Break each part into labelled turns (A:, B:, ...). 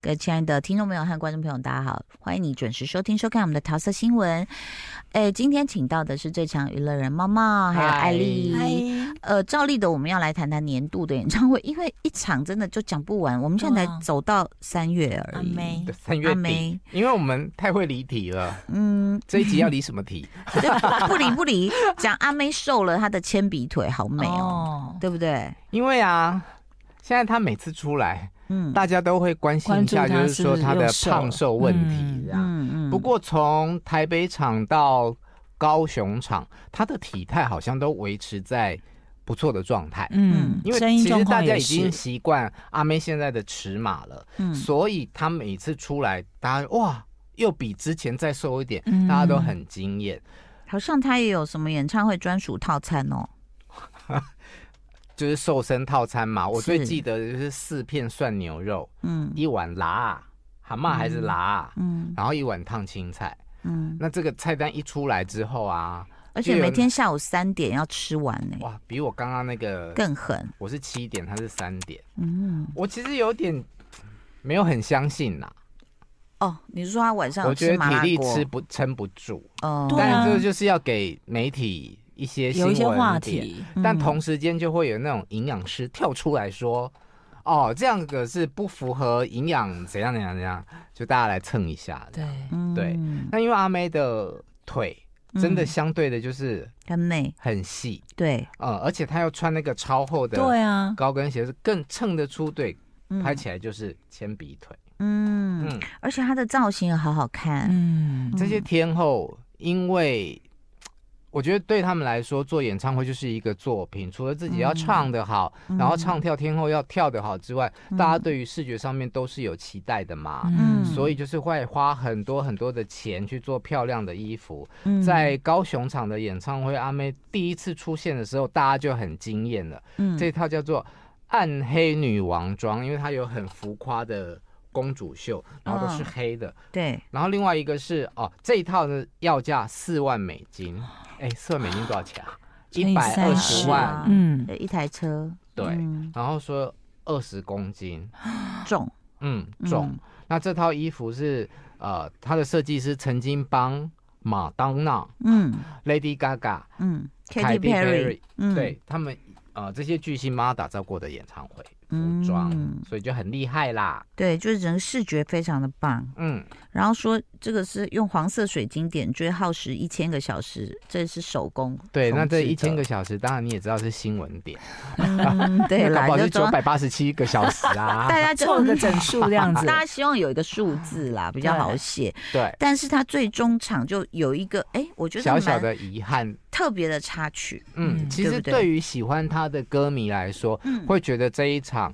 A: 各位亲爱的听众朋友和观众朋友，大家好，欢迎你准时收听收看我们的桃色新闻。哎，今天请到的是最强娱乐人猫猫，还有
B: 嗨
A: 艾丽。呃，照例的，我们要来谈谈年度的演唱会，因为一场真的就讲不完。我们现在
C: 对
A: 才
C: 啊
A: 走到三月而
C: 嗯阿
A: 已。
C: 妹
B: 对，三
A: 阿
B: 月底，
A: 妹，
B: 因为我们太会离题 了，
A: 嗯，
B: 这一集要离什么题？
A: 对，不理不理，讲阿妹瘦了她的铅笔腿，好美哦，
C: 哦，
A: 对不对？
B: 因为啊，现在他每次出来，
A: 嗯
B: 大家都会关心一下，
C: 关注他
B: 就是说他的
C: 是不是又瘦
B: 胖瘦问题
C: 嗯
B: 这样。
A: 嗯嗯
B: 不过从台北场到高雄场，他的体态好像都维持在不错的状态。
C: 嗯，
B: 因为
C: 声音
B: 其实
C: 状
B: 大
C: 况
B: 家
C: 也
B: 已经
C: 是，
B: 习惯阿妹现在的尺码了，
A: 嗯
B: 所以她每次出来，大家哇又比之前再瘦一点，
C: 嗯
B: 大家都很惊艳。
A: 好像她也有什么演唱会专属套餐哦。
B: 就是瘦身套餐嘛，我最
A: 是
B: 记得就是四片蒜牛肉，
A: 嗯
B: 一碗辣啊蛤蟆还是辣，啊
A: 嗯
B: 然后一碗烫青菜。
A: 嗯，
B: 那这个菜单一出来之后啊，
A: 而且
B: 就有
A: 每天下午三点要吃完呢、
B: 哇，比我刚刚那个
A: 更狠。
B: 我是七点，他是三点，
A: 嗯，
B: 我其实有点没有很相信呐、
A: 哦，你是说他晚上有
B: 我觉
A: 吃
B: 得
A: 麻
B: 体
A: 辣
B: 力
A: 锅
B: 吃？不撑不住，
A: 哦，
C: 对啊
B: 但这就是要给媒体一些新
C: 有一
B: 闻
C: 些话
B: 点
C: 题，
B: 但
A: 嗯
B: 同时间就会有那种营养师跳出来说：“哦，这样的是不符合营养，怎样怎样怎样。”就大家来蹭一下。
C: 对，
A: 嗯
B: 对那因为阿妹的腿真的相对的就是
A: 很美，
B: 很细，
A: 对，
B: 呃，而且她又穿那个超厚的
C: 对啊，
B: 高跟鞋，是更衬得出对，
A: 嗯
B: 拍起来就是铅笔腿。
A: 嗯，
B: 嗯，
A: 而且她的造型也好好看，
C: 嗯，
B: 这些天后因为。我觉得对他们来说，做演唱会就是一个作品，除了自己要唱得好，然后唱跳天后要跳得好之外，大家对于视觉上面都是有期待的嘛，
C: 嗯
B: 所以就是会花很多很多的钱去做漂亮的衣服。
A: 嗯
B: 在高雄场的演唱会，阿妹第一次出现的时候，大家就很惊艳了。
A: 嗯
B: 这套叫做暗黑女王装，因为它有很浮夸的公主袖，然后都是
A: 嗯
B: 黑的。
A: 对，
B: 然后另外一个是哦，这一套的要价四万美金，哎，四万美金多少钱啊？一百二十
A: 120
B: 万，
C: 嗯，
A: 有一台车，
B: 对
A: 嗯
B: 然后说二十公斤，
A: 重，
B: 嗯，重。
A: 嗯
B: 那这套衣服是呃，它的设计师曾经帮马当娜、
A: 嗯
B: Lady Gaga、
A: 嗯，Katy
B: Katy
A: Perry，嗯，
B: 对他们呃这些巨星帮他打造过的演唱会服
A: 嗯
B: 装，所以就很厉害啦。
A: 对，就是整个视觉非常的棒。
B: 嗯，
A: 然后说这个是用黄色水晶点缀，耗时一千个小时，这是手工缝制的。
B: 对，那这一千个小时，当然你也知道是新闻点，
A: 嗯，对
B: 那搞
A: 啦，
B: 不好
A: 就是
B: 九
A: 装
B: 百八十七个小时 啊。
A: 大家
C: 凑
A: 就嗯
C: 个整数这样 子，
A: 大家希望有一个数字啦，比较好写。
B: 对，
A: 但是它最终场就有一个，哎、我觉
B: 小
A: 得
B: 小
A: 蛮
B: 的遗憾。
A: 特别的插曲。
B: 嗯，
C: 嗯
B: 其
A: 对
B: 实
A: 不对
B: 对于喜欢他的歌迷来说，
A: 嗯
B: 会觉得这一场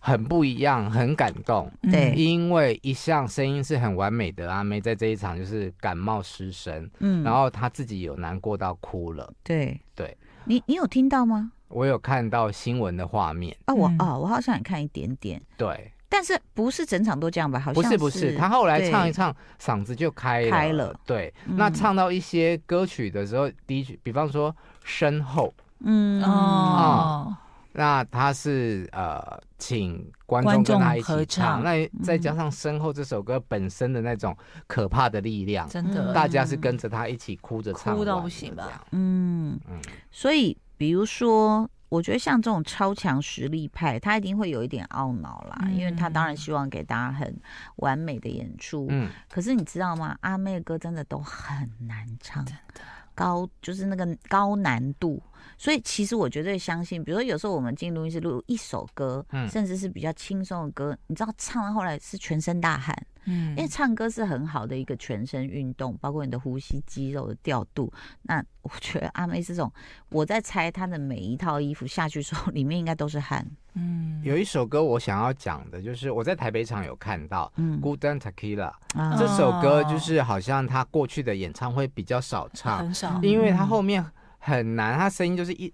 B: 很不一样，很感动。
C: 嗯
A: 对
B: 因为一向声音是很完美的阿妹，在这一场就是感冒失声，
A: 嗯，
B: 然后她自己有难过到哭了。
A: 对
B: 对，
A: 你你有听到吗？
B: 我有看到新闻的画面，
A: 啊，我
C: 嗯
A: 啊，我好像也看一点点，
B: 对，
A: 但是不是整场都这样吧？好
B: 不
A: 像
B: 是不是，她后来
A: 对
B: 唱一唱，嗓子就开了。
A: 开了
B: 对，
A: 嗯
B: 那唱到一些歌曲的时候，第一句，比方说身后，
A: 嗯哦，
B: 啊
C: 哦，
B: 那他是呃，请观
C: 观
B: 众跟
C: 众
B: 他一起
C: 合
B: 唱，
C: 唱嗯
B: 那再加上身后这首歌本身的那种可怕的力量，
C: 真的，
B: 大家是跟着他一起哭着唱完的，
C: 哭到不行吧
B: 这样？
A: 嗯
B: 嗯，
A: 所以比如说。我觉得像这种超强实力派，他一定会有一点懊恼啦，因为他当
C: 嗯
A: 然希望给大家很完美的演出，
B: 嗯，
A: 可是你知道吗？阿妹的歌真的都很难唱，高就是那个高难度。所以其实我绝对相信，比如说有时候我们进录音室录一首歌，
B: 嗯
A: 甚至是比较轻松的歌，你知道唱到后来是全身大汗，
C: 嗯
A: 因为唱歌是很好的一个全身运动，包括你的呼吸肌肉的调度。那我觉得阿妹这种，我在猜她的每一套衣服下去之后，里面应该都是汗。
C: 嗯，
B: 有一首歌我想要讲的，就是我在台北场有看到
A: 嗯
B: 《孤单 Tequila》
C: 嗯
A: 啊
B: 这首歌，就是好像他过去的演唱会比较少唱，
C: 很少，
B: 因为他后面很难，他声音就是一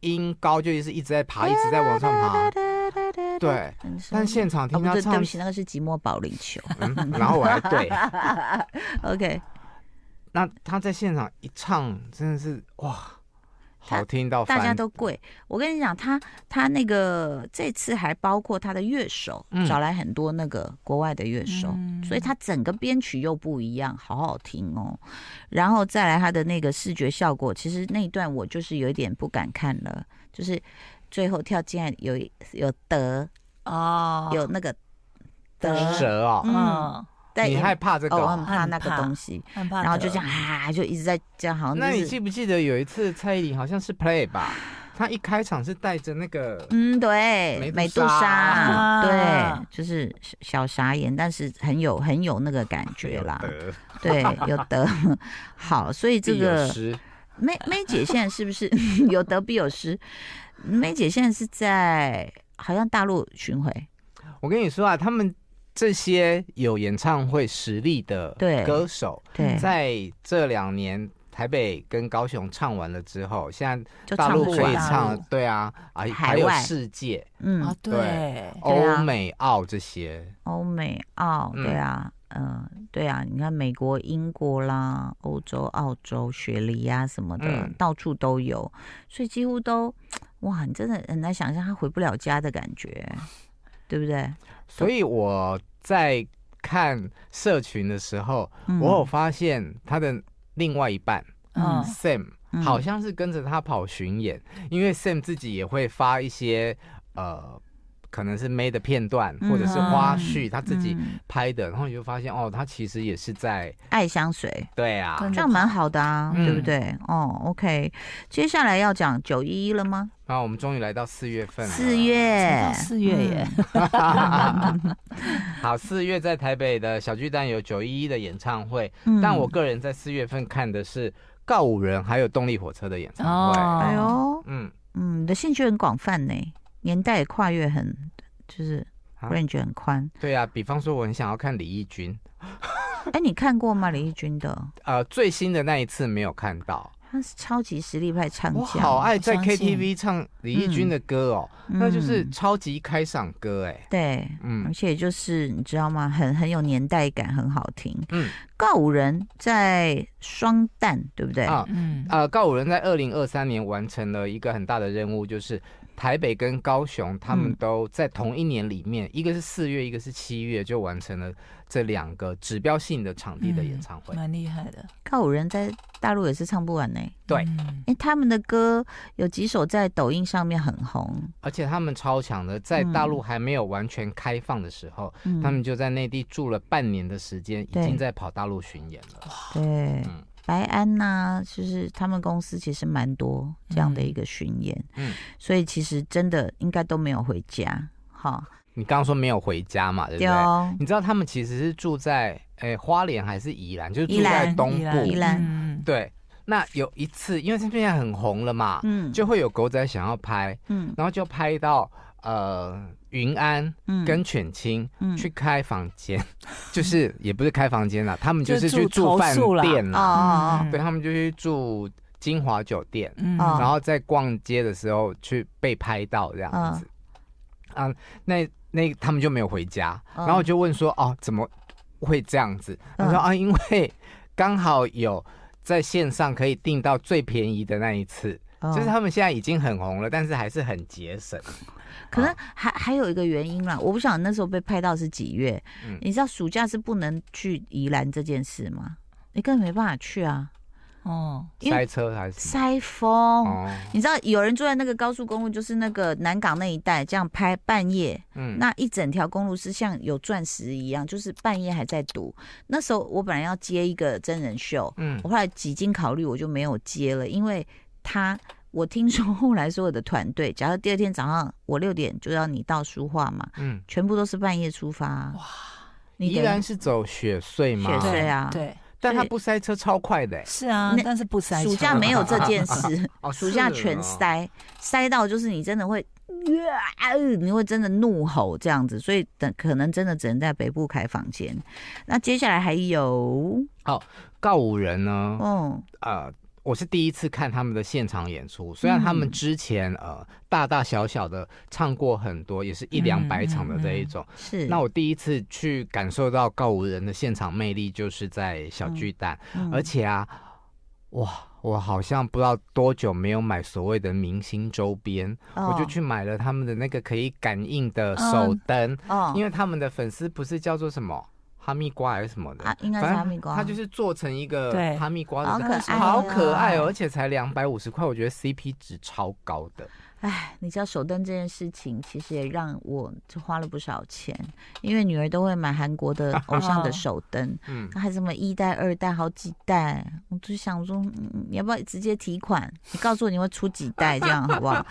B: 音高就是一直在爬，一直在往上爬，
C: 嗯
B: 对。
A: 很深
B: 但现场
A: 哦，
B: 听
A: 不
B: 他
A: 对，对
B: 唱
A: 不起，那个是寂寞保龄 球。
B: 嗯，然后我还对，
A: OK，
B: 那他在现场一唱，真的是哇，好听到
A: 大家
B: 翻
A: 都贵。我跟你讲，他他那个这次还包括他的乐手，
B: 嗯
A: 找来很多那个国外的乐手，所以他整个编曲又不一样，好好听哦。然后再来他的那个视觉效果，其实那一段我就是有一点不敢看了，就是最后跳进来有有得
C: 哦，
A: 有那个得，
B: 蛇哦，
C: 嗯，
A: 但
B: 你
A: 也
B: 害怕这个
A: 哦，我
B: 哦、
A: 很怕那个
C: 很怕
A: 东西，
C: 很怕得，
A: 然后就这样啊，就一直在这样，好嗯像、就是、
B: 那你记不记得有一次蔡依林好像是 play 吧，她一开场是带着那个，
A: 嗯，对，
B: 美杜
A: 美杜
B: 莎
A: 莎，
C: 啊
A: 对，就是小小傻眼，但是很有很有那个感觉啦，
B: 呃
A: 对，有得 好，所以这
B: 必有
A: 个
B: 时
A: 梅梅姐现在是不是 有得必有失？梅姐现在是在好像大陆巡回，
B: 我跟你说啊，他们这些有演唱会实力的
A: 对
B: 歌手，
A: 对，
B: 嗯在这两年台北跟高雄唱完了之后，现
A: 就
B: 在大
A: 唱
B: 陆
A: 不
B: 可以
A: 完
C: 了
B: 唱，对啊，啊，
A: 海
B: 还有
A: 外
B: 世界、
A: 嗯
C: 啊，，对，
A: 对
B: 欧
A: 啊
B: 美澳这些，
A: 欧美澳，对啊，嗯，对啊，你看美国、英国啦，欧洲、澳洲、雪梨呀、什么的，
B: 嗯
A: 到处都有，所以几乎都，哇，你真的很难想象他回不了家的感觉，对不对？
B: 所以我在看社群的时候，
A: 嗯
B: 我有发现他的另外一半、
A: 嗯
C: 嗯，
B: Sam
A: 嗯
B: 好像是跟着他跑巡演，因为 Sam 自己也会发一些呃，可能是 May 的片段
A: 嗯
B: 或者是花絮，他自己
A: 嗯
B: 拍的，然后你就发现哦，他其实也是在
A: 爱香水，
B: 对啊，
C: 跟
A: 这样蛮好的啊，
B: 嗯
A: 对不对？哦，OK，接下来要讲九一一了吗？
B: 然后我们终于来到四月份了，
A: 四月嗯
C: 到，四月耶，
B: 好，四月在台北的小巨蛋有九一一的演唱会，
A: 嗯
B: 但我个人在四月份看的是告五人还有动力火车的演唱会，
C: 哦
A: 哎呦，
B: 嗯，
A: 嗯，你的兴趣很广泛呢，年代也跨越很，就是
B: 啊
A: range 很宽。
B: 对啊，比方说我很想要看李翊君，
A: 哎、你看过吗？李翊君的，
B: 呃，最新的那一次没有看到。
A: 他是超级实力派唱
B: 我
A: 将，
B: 好爱在
C: 我相信
B: KTV 唱李翊君的歌哦，那就是
A: 嗯
B: 超级开嗓歌哎，
A: 对，而
B: 嗯
A: 且就是你知道吗？很很有年代感，很好听。
B: 嗯
A: 告五人在双旦，对不对？
B: 啊
C: 嗯，
B: 呃，告五人在二零二三年完成了一个很大的任务，就是台北跟高雄他们
A: 嗯
B: 都在同一年里面，一个是四月，一个是七月，就完成了这两个指标性的场
C: 嗯
B: 地的演唱会。
C: 蛮厉害的，
A: 告五人在大陆也是唱不完呢、
B: 对
C: 嗯
A: 哎，他们的歌有几首在抖音上面很红，
B: 而且他们超强的，在
C: 嗯
B: 大陆还没有完全开放的时候，
A: 嗯
B: 他们就在内地住了半年的时间，已
A: 对
B: 经在跑大陆巡演了。
A: 对、
B: 嗯
A: 白安呐、就是他们公司其实蛮多这样的一个巡演，
B: 嗯
A: 所以其实真的应该都没有回家，哈，
B: 你刚刚说没有回家嘛，对不
A: 对
B: 对？
A: 哦，
B: 你知道他们其实是住在诶、花莲还是宜兰，就是
A: 宜
B: 住
A: 兰
B: 在东部。
A: 宜兰
C: 嗯
B: 对，那有一次，因为这边很红了嘛，
A: 嗯
B: 就会有狗仔想要拍，
A: 嗯
B: 然后就拍到呃云安
A: 嗯
B: 跟犬青
A: 嗯
B: 去开房间， 就是也不是开房间啦，他们就是
C: 就
B: 去
C: 住
B: 住饭
C: 投宿啦
B: 店
A: 哦
B: 啦，
A: 哦
B: 对他们就去住金华酒店，
C: 嗯
A: 哦
B: 然后在逛街的时候去被拍到这样子，啊，那那他们就没有回家，
A: 嗯
B: 然后我就问说哦怎么会这样子？他说
A: 嗯
B: 啊因为刚好有在线上可以订到最便宜的那一次，
A: 哦，
B: 嗯就是他们现在已经很红了，但是还是很节省。
A: 可能还还有一个原因啦，我不晓得那时候被拍到是几月。
B: 嗯
A: 你知道暑假是不能去宜兰这件事吗？你根本没办法去啊，
C: 哦，
A: 因
B: 塞
A: 为
B: 车还是什
A: 塞风。
B: 么嗯哦，
A: 你知道有人住在那个高速公路，就是那个南港那一带，这样拍半夜，
B: 嗯，
A: 那一整条公路是像有钻石一样，就是半夜还在堵。那时候我本来要接一个真人秀，
B: 嗯
A: 我后来几经考虑，我就没有接了，因为他我听说后来所有的团队，假如第二天早上我六点就要你到书画嘛，
B: 嗯，
A: 全部都是半夜出发、哇，你
B: 依
A: 等于
B: 然是走雪隧嘛，
A: 雪隧对啊
C: 对，
B: 但它
A: 所以
B: 不塞车超快的欸
C: 是啊
A: 那，
C: 但是不塞车，
A: 暑假没有这 件事，
B: 哦，
A: 暑假
B: 是哦
A: 全，塞，塞到就是你真的会。啊你会真的怒吼这样子，所以等可能真的只能在北部开房间。那接下来还有，
B: 告五人呢，
A: 嗯
B: 呃，我是第一次看他们的现场演出，虽然他
A: 嗯
B: 们之前呃大大小小的唱过很多，也是一两百场的
A: 嗯
B: 这一种。
A: 是，
B: 那我第一次去感受到告五人的现场魅力，就是在小巨蛋，
A: 嗯
B: 而且啊，哇，我好像不知道多久没有买所谓的明星周边，
A: 哦
B: 我就去买了他们的那个可以感应的
C: 嗯
B: 手灯，
A: 哦，
B: 因为他们的粉丝不是叫做什么哈密瓜还是什么的，
A: 啊，应该是
B: 反
A: 哈
B: 正
A: 密瓜，
B: 它就是做成一个
C: 对
B: 哈密瓜
A: 好
B: 的
A: 可
B: 灯，
A: 爱
B: 好
A: 哦
B: 可爱哦，而且才两百五十块，我觉得 CP 值超高的。
A: 唉，你知道手灯这件事情，其实也让我就花了不少钱，因为女儿都会买韩国的偶 像的手灯，
B: 嗯，
A: 还什么一代、二代好几代，我就想说，嗯，你要不要直接提款？你告诉我你会出几代，这样好不 好？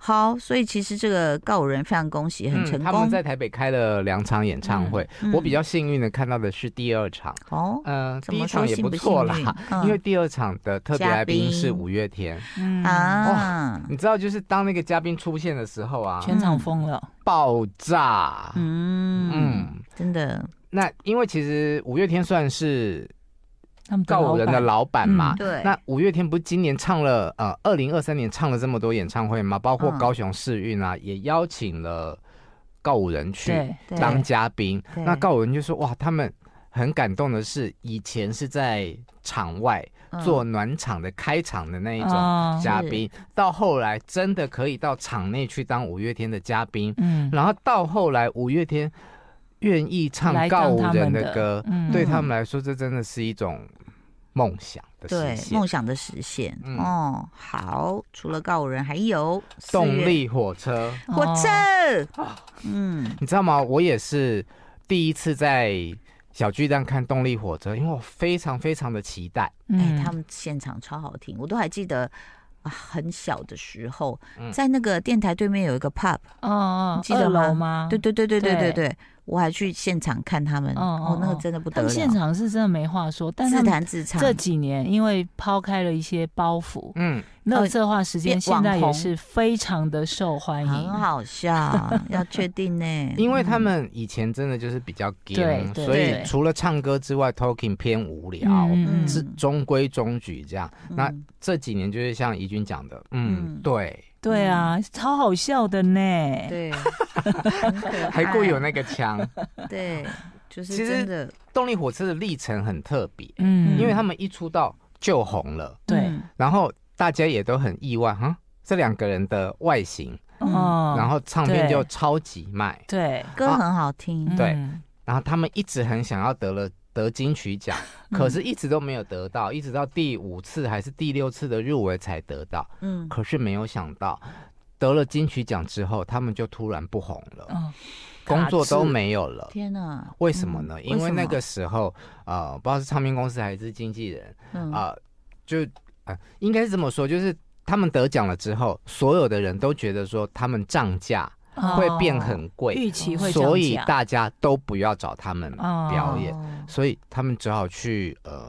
A: 好，所以其实这个告五人非常恭喜，很
B: 嗯
A: 成
B: 他
A: 功
B: 们。在台北开了两场演唱会，
A: 嗯嗯
B: 我比较幸运的看到的是第二场，
A: 哦，
B: 嗯、
A: 怎
B: 第
A: 么
B: 一
A: 说
B: 场也
A: 幸
B: 不
A: 不幸
B: 错啦
A: 运，？嗯
B: 因为第二场的特别
A: 嘉
B: 来宾是
A: 宾
B: 五月天。
C: 嗯
A: 啊，
B: 你知道，就是当那个嘉宾出现的时候啊，
C: 全场疯了，
B: 爆炸。
A: 嗯，
B: 嗯，
A: 真的，
B: 那因为其实五月天算是
C: 他们
B: 告五人的
C: 老
B: 老板嘛
C: 嗯。
A: 对，
B: 那五月天不是今年唱了呃，二零二三年唱了这么多演唱会嘛，包括
A: 嗯
B: 高雄世运啊，也邀请了告五人去。
C: 板对
A: 对
B: 当嘉宾。
A: 对
B: 那告文就说：“哇，他们很感动的是，以前是在场外
A: 嗯
B: 做暖场的开场的那一种
C: 哦
B: 嘉宾，到后来真的可以到场内去当五月天的嘉宾，
C: 嗯，
B: 然后到后来五月天愿意唱
C: 来
B: 告
C: 当
B: 五
C: 他
B: 人
C: 们
B: 的歌，
C: 嗯
B: 对他们来说，这真的是一种梦想的
A: 对
B: 实现
A: 梦。”想的实现。
B: 嗯
A: 哦，好，除了告五人，还有四
B: 动
A: 月
B: 力火车，
A: 火车
C: 哦。
A: 嗯，
B: 你知道吗？我也是第一次在小巨蛋看动力火车，因为我非常非常的期待。
A: 哎，
C: 嗯，
A: 他们现场超好听，我都还记得。啊很小的时候，
B: 嗯
A: 在那个电台对面有一个 pub，、
C: 嗯嗯，
A: 记得
C: 二
A: 吗
C: 楼吗？
B: 啊
A: 对对对对对对
C: 对
A: 对，我还去现场看他们，
C: 哦
A: 哦，那个
C: 哦
A: 真的不
C: 他
A: 得了，
C: 们现场是真的没话说，但他
A: 自
C: 们
A: 弹自唱，
C: 这几年因为抛开了一些包袱，
B: 嗯，
C: 乐色化时间
A: 变
C: 现在
A: 网红
C: 也是非常的受欢
A: 很
C: 迎。
A: 好笑，要确定呢，
B: 因为他们以前真的就是比较 gay，、
C: 嗯对对
B: 所以
C: 对
B: 除了唱歌之外，talking 偏无聊，
C: 嗯
B: 是中规中矩这样。那
A: 嗯
B: 这几年就是像怡君讲的，嗯，
A: 嗯
B: 对，
C: 对啊，超好笑的呢。
A: 对，哎很可
B: 还故有
A: 爱
B: 那 个腔。
A: 对，就是
B: 其实
A: 真的，嗯
B: 动力火车的历程很特别，
C: 嗯
B: 因为他们一出道就红了，
C: 对，
A: 嗯
B: 然后大家也都很意外哈。这两个人的外形，
C: 哦，
B: 嗯然后唱片
C: 对
B: 就超级卖，
C: 对
A: 歌
B: 啊
A: 很好听，
B: 对
C: 嗯
B: 然后他们一直很想要得了得金曲奖，可是一直都没有得到，一直到第五次还是第六次的入围才得到，
A: 嗯，
B: 可是没有想到。得了金曲奖之后，他们就突然不红了，
C: 哦
B: 工作都
C: 卡住
B: 没有了。
A: 天哪，
B: 为什么呢？
A: 嗯
B: 因为那，
A: 什
B: 个时候，呃，不知道是唱片公司还是经纪人
A: 么嗯
B: 啊、就呃，应该是这么说，就是他们得奖了之后，所有的人都觉得说他们涨价会变很贵，
C: 哦预期会
B: 所以
C: 涨价
B: 大家都不要找他们表演。
A: 哦
B: 所以他们只好去呃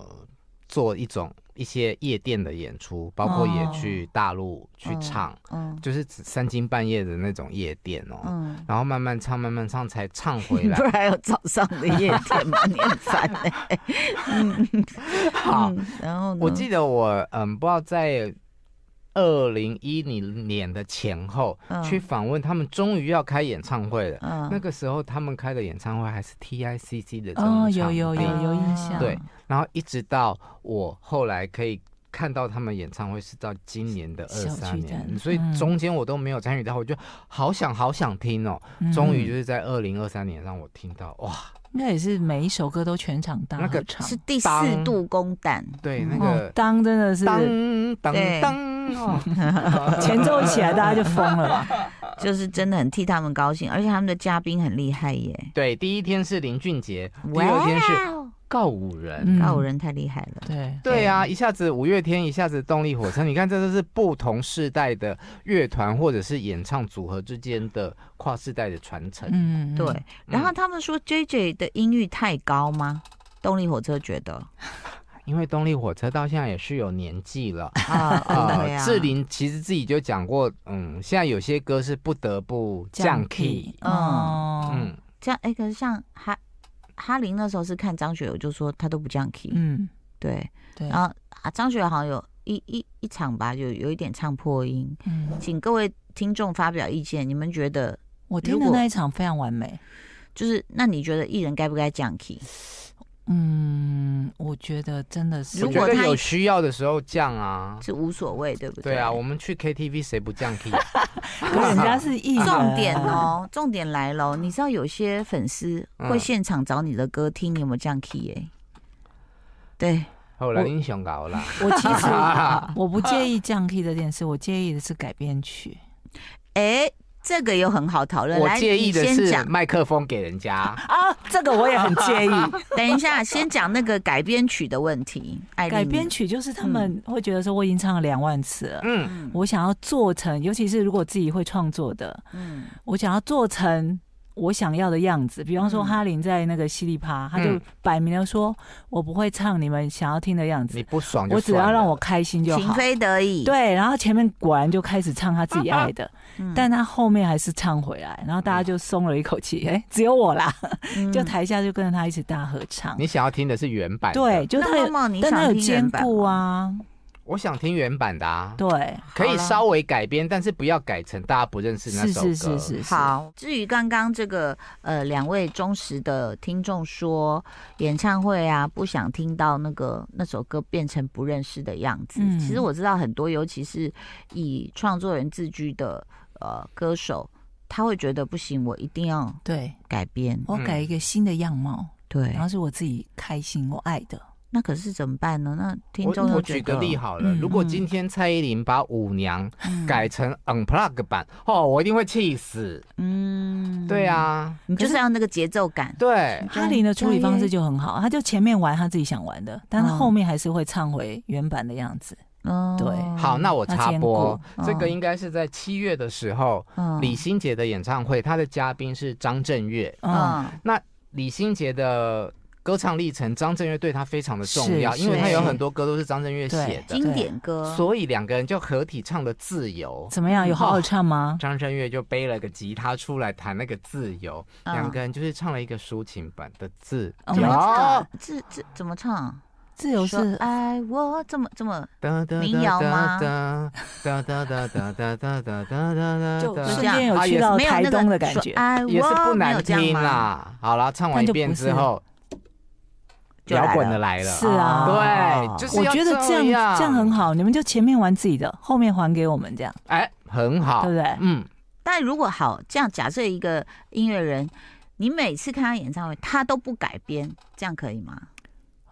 B: 做一种一些夜店的演出，包括也去大陆去唱，
A: 嗯
B: 就是指三更半夜的那种夜店哦。
A: 嗯，
B: 然后慢慢唱，慢慢唱，才唱回
A: 不
B: 来。
A: 然还有早上的夜店吗？ 你很 烦哎、
B: 好，
A: 嗯然后呢
B: 啊我记得我嗯，不知道在二零一零年的前后、
A: 嗯
B: 去访问他们，终于要开演唱会了。
A: 嗯
B: 那个时候他们开的演唱会还是 TICC 的这种
C: 哦，
B: 场
C: 有有
B: 地
A: 嗯
C: 有有印象，
B: 对，然后一直到我后来可以看到他们演唱会是到今年的二
C: 小
B: 三
C: 巨
B: 年，
C: 蛋
B: 所以
C: 嗯
B: 中间我都没有参与到，我就好想好想听哦。
C: 嗯
B: 终于就是在二零二三年让我听到，哇，
C: 应该也是每一首歌都全场大合唱
A: 是。第四度公蛋，
B: 对
A: 嗯
B: 那
C: 哦
B: 个，
C: 当真的是
B: 当当
A: 对
B: 当哦，
C: 前奏起来，大家就疯了吧？
B: 呃
A: 就是真的很替他们高兴，而且他们的嘉宾很厉害耶。
B: 对，第一天是林俊 杰，第
A: 哇
B: 二
A: 哦，
B: 天是告五人。
C: 嗯
A: 告五人太厉害了，
C: 对，
B: 对啊，一下子五月天，一下子动力火车，你看这都是不同世代的乐团或者是演唱组合之间的跨世代的传承。
C: 嗯，嗯
A: 对。然后他们说 J J 的音域太高吗？动力火车觉 得
B: 因为动力火车到现在也是有年 纪了，
A: 啊， 对
B: 呃，
A: 啊，
B: 志玲其实自己就讲过，嗯，现在有些歌是不得不降 key，
A: 嗯
C: 哦，
B: 嗯，
A: 这样哎，可是像哈哈林那时候是看张学友，就说他都不降 key，
C: 嗯，
A: 对，
C: 对，
A: 然后啊，张学友好像有一一一场吧，有有一点唱破音，
C: 嗯，
A: 请各位听众发表意见，你们觉得
C: 我听
A: 如
C: 的
A: 果
C: 那一场非常完美，
A: 就是那你觉得艺人该不该降 key？
C: 嗯，我觉得真的是，
A: 如
B: 我
A: 果
B: 觉得
A: 他
B: 有需要的时候降啊。
A: 是无所谓，对不对？
B: 对啊，我们去 KTV 谁不降 key？
C: 可是人家是艺人，
A: 重点， 哦，重点来喽！你知道有些粉丝会
B: 嗯
A: 现场找你的歌听，你有没有这样 key 哎、对，
B: 后来英雄搞啦，
C: 我其实我不介意降 key 这件事，我介意的是改编曲。
A: 哎、这个又很好讨论。
B: 我
A: 来，
B: 介意
A: 你
B: 的
A: 先
B: 是
A: 讲。
B: 麦克风给人家。
C: 啊，这个我也很介意。
A: 等一下，先讲那个改编曲的问题。艾琳
C: 改编，曲就是他们会觉得说，我已经唱了两万次了，
B: 嗯，
A: 嗯
C: 我想要做成，尤其是如果自己会创作的，
A: 嗯
C: 我想要做成我想要的样子。比方说，
A: 嗯
C: 哈林在那个犀利趴，他就
B: 嗯
C: 摆明了说，我不会唱你们想要听的样
B: 你
C: 子，
B: 不爽就
C: 我只
B: 算
C: 要让
B: 了
C: 我开心就
A: 情
C: 好。
A: 非得已。，
C: 对，然后前面果然就开始唱他自己爱 的，
A: 嗯
C: 但他后面还是唱回来，然后大家
B: 嗯
C: 就松了一口气，哎、只有我啦，
A: 嗯
C: 就台下就跟着他一起大合唱。
B: 你想要听的是原版的，
C: 对，，就他
A: 那
C: 有
A: 妈妈，你
C: 但他
A: 想
C: 有
A: 听
C: 兼
A: 原版
C: 顾
A: 吗？
C: 啊，
B: 我想听原版的啊，
C: 对，
B: 可以
A: 好啦
B: 稍微改编，但是不要改成大家不认识那
C: 是
B: 首歌。
C: 是是是，是，
A: 好，至于刚刚这个呃，两位忠实的听众说，演唱会啊，不想听到那个那首歌变成不认识的样子。
C: 嗯
A: 其实我知道很多，尤其是以创作人自居的呃歌手，他会觉得不行，我一定要
C: 对
A: 改编。
C: 我改一个新的样貌，
A: 对
C: 然，后是我自己开心我爱的，
A: 那可是怎么办呢？那听
B: 我
A: 众
B: 我
A: 又
B: 举
A: 觉
B: 个
A: 得，
B: 例好了，
C: 嗯
B: 如果今
C: 嗯
B: 天蔡依林把舞娘
A: 嗯
B: 改成 unplug 版，哦，我一定会气死。
A: 嗯
B: 对，啊，
A: 你就是
C: 可是
A: 要那个节奏感。
B: 对，
C: 哈林的处理方式就很好，他就前面玩他自己想玩的，但他
A: 嗯
C: 后面还是会唱回原版的样子。
A: 嗯，
C: 对
B: 好，那我
C: 那
B: 插
C: 兼
B: 播，
A: 顾
B: 这个
A: 嗯
B: 应该是在七月的时候，
A: 嗯
B: 李心洁的演唱会，她的嘉宾是张震岳。
C: 嗯，
B: 李心洁的歌唱历程，张震岳对她非常的重要，
C: 是
B: 因为
A: 是
B: 她有
A: 是
B: 很多歌都是张震岳写的，
A: 经典歌，
B: 所以两个人就合体唱的《自由》。
C: 怎么样？有好好唱吗？
B: 张震岳就背了个吉他出来弹那个《自由》，
A: 嗯
B: 两个人就是唱了一个抒情版的《自由
C: 哦
A: 怎》么
B: 哦
A: 唱？这这怎么唱？
C: 自由
A: 说
C: 是
A: 爱我这么这么
B: 哒哒哒
A: 民谣吗
B: 哒哒哒哒哒哒哒哒哒哒
C: 就
B: 哒
A: 是
C: 瞬
A: 这
B: 哒，
A: 样
C: 间有去到
A: 没有
C: 台
A: 那
C: 东
A: 个
C: 的感
A: 说
C: 觉，
A: 爱我
B: 也是
A: 没
B: 不
A: 有
B: 难
A: 这样
B: 听
A: 吗，
B: 啦。好啦，唱完一遍之后，
A: 就不是
B: 摇滚的来了，
C: 是啊
A: 哦
B: 对，就是
C: 我
B: 要
C: 觉得这样这样很
B: 好，
C: 好，你们就前面玩自己的，后面还给我们这样，
B: 哎，很好，
C: 对不对？
B: 嗯，
A: 但如果好这样，假设一个音乐人，你每次看他演唱会，他都不改编，这样可以吗？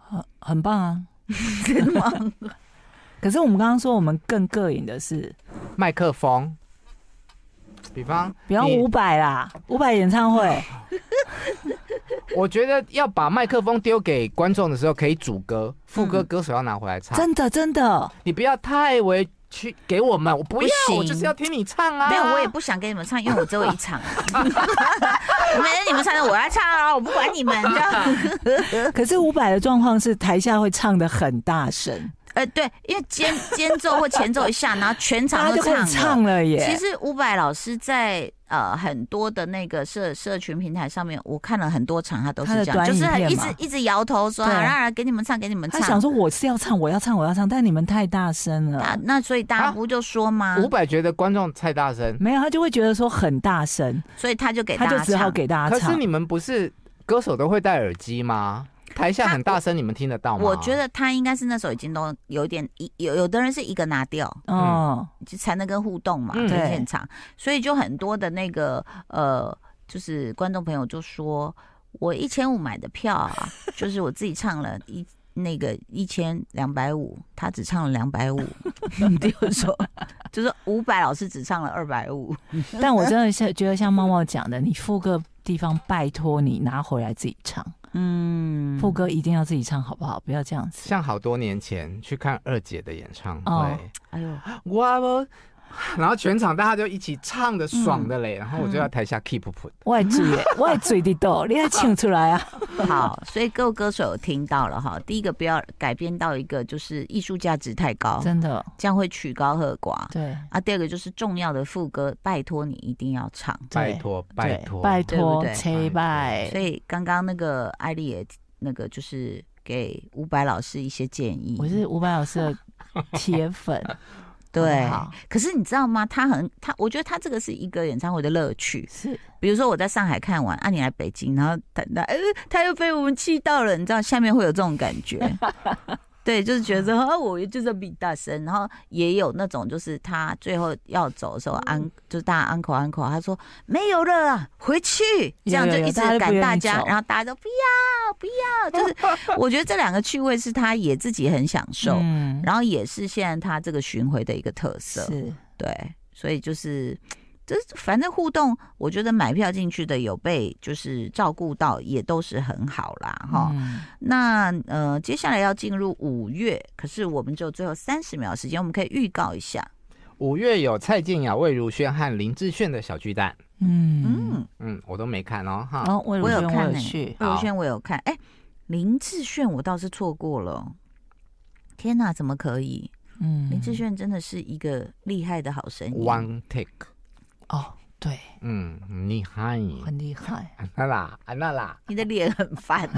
C: 很很棒啊！
A: 真的吗？
C: 可是我们刚刚说，我们更膈应的是，
B: 麦克风，比方，
C: 比方
B: 你
C: 伍佰啦，伍佰演唱会，
B: 我觉得要把麦克风丢给观众的时候，可以主歌、副歌，歌手要拿回来唱。
C: 真的真的，
B: 你不要太委屈给我们，我不要，
A: 不行
B: 我就是要听你唱啊。
A: 没有，我也不想给你们唱，因为我只有一场。 没你们唱的，我来唱啊，我不管你们这样。
C: 可是伍佰的状况是台下会唱的很大声，
A: 呃，对，因为间间奏或前奏一下，然后全
C: 大
A: 场
C: 家
A: 都
C: 就开
A: 唱
C: 始
A: 了
C: 唱了耶。
A: 其实伍佰老师在呃很多的那个社社群平台上面，我看了很多场，他都是
C: 他的
A: 这样，
C: 短
A: 就
C: 影
A: 是
C: 片嘛
A: 很一直一直摇头说，好
C: 对
A: 啦，给你们唱，给你们
C: 他想
A: 唱。
C: 说我是要唱，我要唱，我要唱，但你们太大声
A: 那
C: 了。
A: 那所以大家
B: 啊
A: 不就嗯说吗？
B: 伍佰觉得观众太大声，
C: 没有，他就会觉得说很大声，
A: 所以他就给
C: 他
A: 大
C: 就
A: 家
C: 只好
A: 唱。
C: 给大家
B: 可是
C: 唱。
B: 你们不是歌手都会戴耳机吗？台下很大声，你们听得到吗？
A: 我觉得他应该是那时候已经都有点一有有的人是一个拿掉，
C: 哦，
A: 就才能跟互动嘛，
B: 嗯
A: 跟
C: 对
A: 现场，所以就很多的那个呃，就是观众朋友就说，我一千五买的票啊，就是我自己唱了一。那个一千两百五，他只唱了两百五，就是 说，就是伍佰老师只唱了二百五，
C: 但我真的是觉得像猫猫讲的，你副歌地方拜托你拿回来自己唱，
A: 嗯
C: 副歌一定要自己唱，好不好？不要这样子。
B: 像好多年前去看二姐的演唱会，
C: 哦
A: 哎呦，
B: 我 不。然后全场大家就一起唱的爽的
A: 嗯
B: 嘞，然后我就要台下 keep 谱，
C: 外嘴耶，外嘴的豆，你还请出 来啊？
A: 好，所以各位歌手有听到了哈，第一个不要改编到一个就是艺术价值太高，
C: 真的，
A: 这样会曲高和寡
C: 对
A: 啊。第二个就是重要的副歌，拜托你一定要唱。
B: 拜托拜托，
C: 拜
A: 对不
C: 托
A: 对，
C: 切拜
A: 所。以刚刚那个艾丽也那个就是给伍佰老师一些建议。
C: 我是伍佰老师的铁粉，
A: 对
C: 好不好，
A: 可是你知道吗？他很他，我觉得他这个是一个演唱会的乐趣。
C: 是
A: 比如说我在上海看完，啊，你来北京，然后他他呃，他又被我们气到了，你知道下面会有这种感 觉，对，就是觉得啊，我就是要比大声，然后也有那种就是他最后要走的时候，安、
C: 嗯
A: 就是大家 uncle uncle，他说没有了啊，回去，这
C: 有
A: 样就
C: 有有
A: 一直
C: 大家都不
A: 赶
C: 愿
A: 大
C: 意
A: 家，
C: 走
A: 然后大家都不要不要， 就是我觉得这两个趣味是他也自己很享受，
C: 嗯
A: 然后也是现在他这个巡回的一个特色，
C: 是
A: 对，所以就是这反正互动，我觉得买票进去的有被就是照顾到，也都是很好啦哈。
C: 嗯
A: 那呃，接下来要进入五月，可是我们就最后三十秒时间，我们可以预告一下。
B: 五月有蔡健雅、魏如萱和林志炫的小巨蛋，
C: 嗯，
A: 嗯，
B: 嗯，我都没看哦，哈
C: 然，后魏如
A: 我有
C: 萱
A: 看
C: 我有
A: 欸
C: 去，
A: 魏如
B: 好
A: 萱我有看，哎、林志炫我倒是错过了。天哪，怎么可以？
C: 嗯，
A: 林志炫真的是一个厉害的好声音。
B: One Take，
C: 哦，对，
B: 嗯，很厉害，
C: 很厉害，
B: 安娜啦，安娜啦，
A: 你的脸很烦。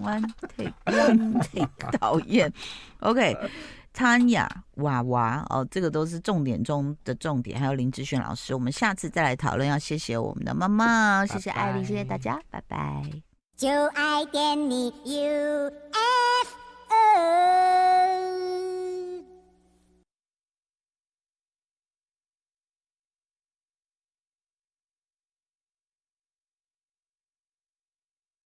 A: One take, one take，讨厌。OK，汤雅、娃娃哦，这个都是重点中的重点。还有林志炫老师，我们下次再来讨论。要谢谢我们的妈妈，谢谢艾丽，谢谢大家，拜拜。
D: 就爱点你 UFO。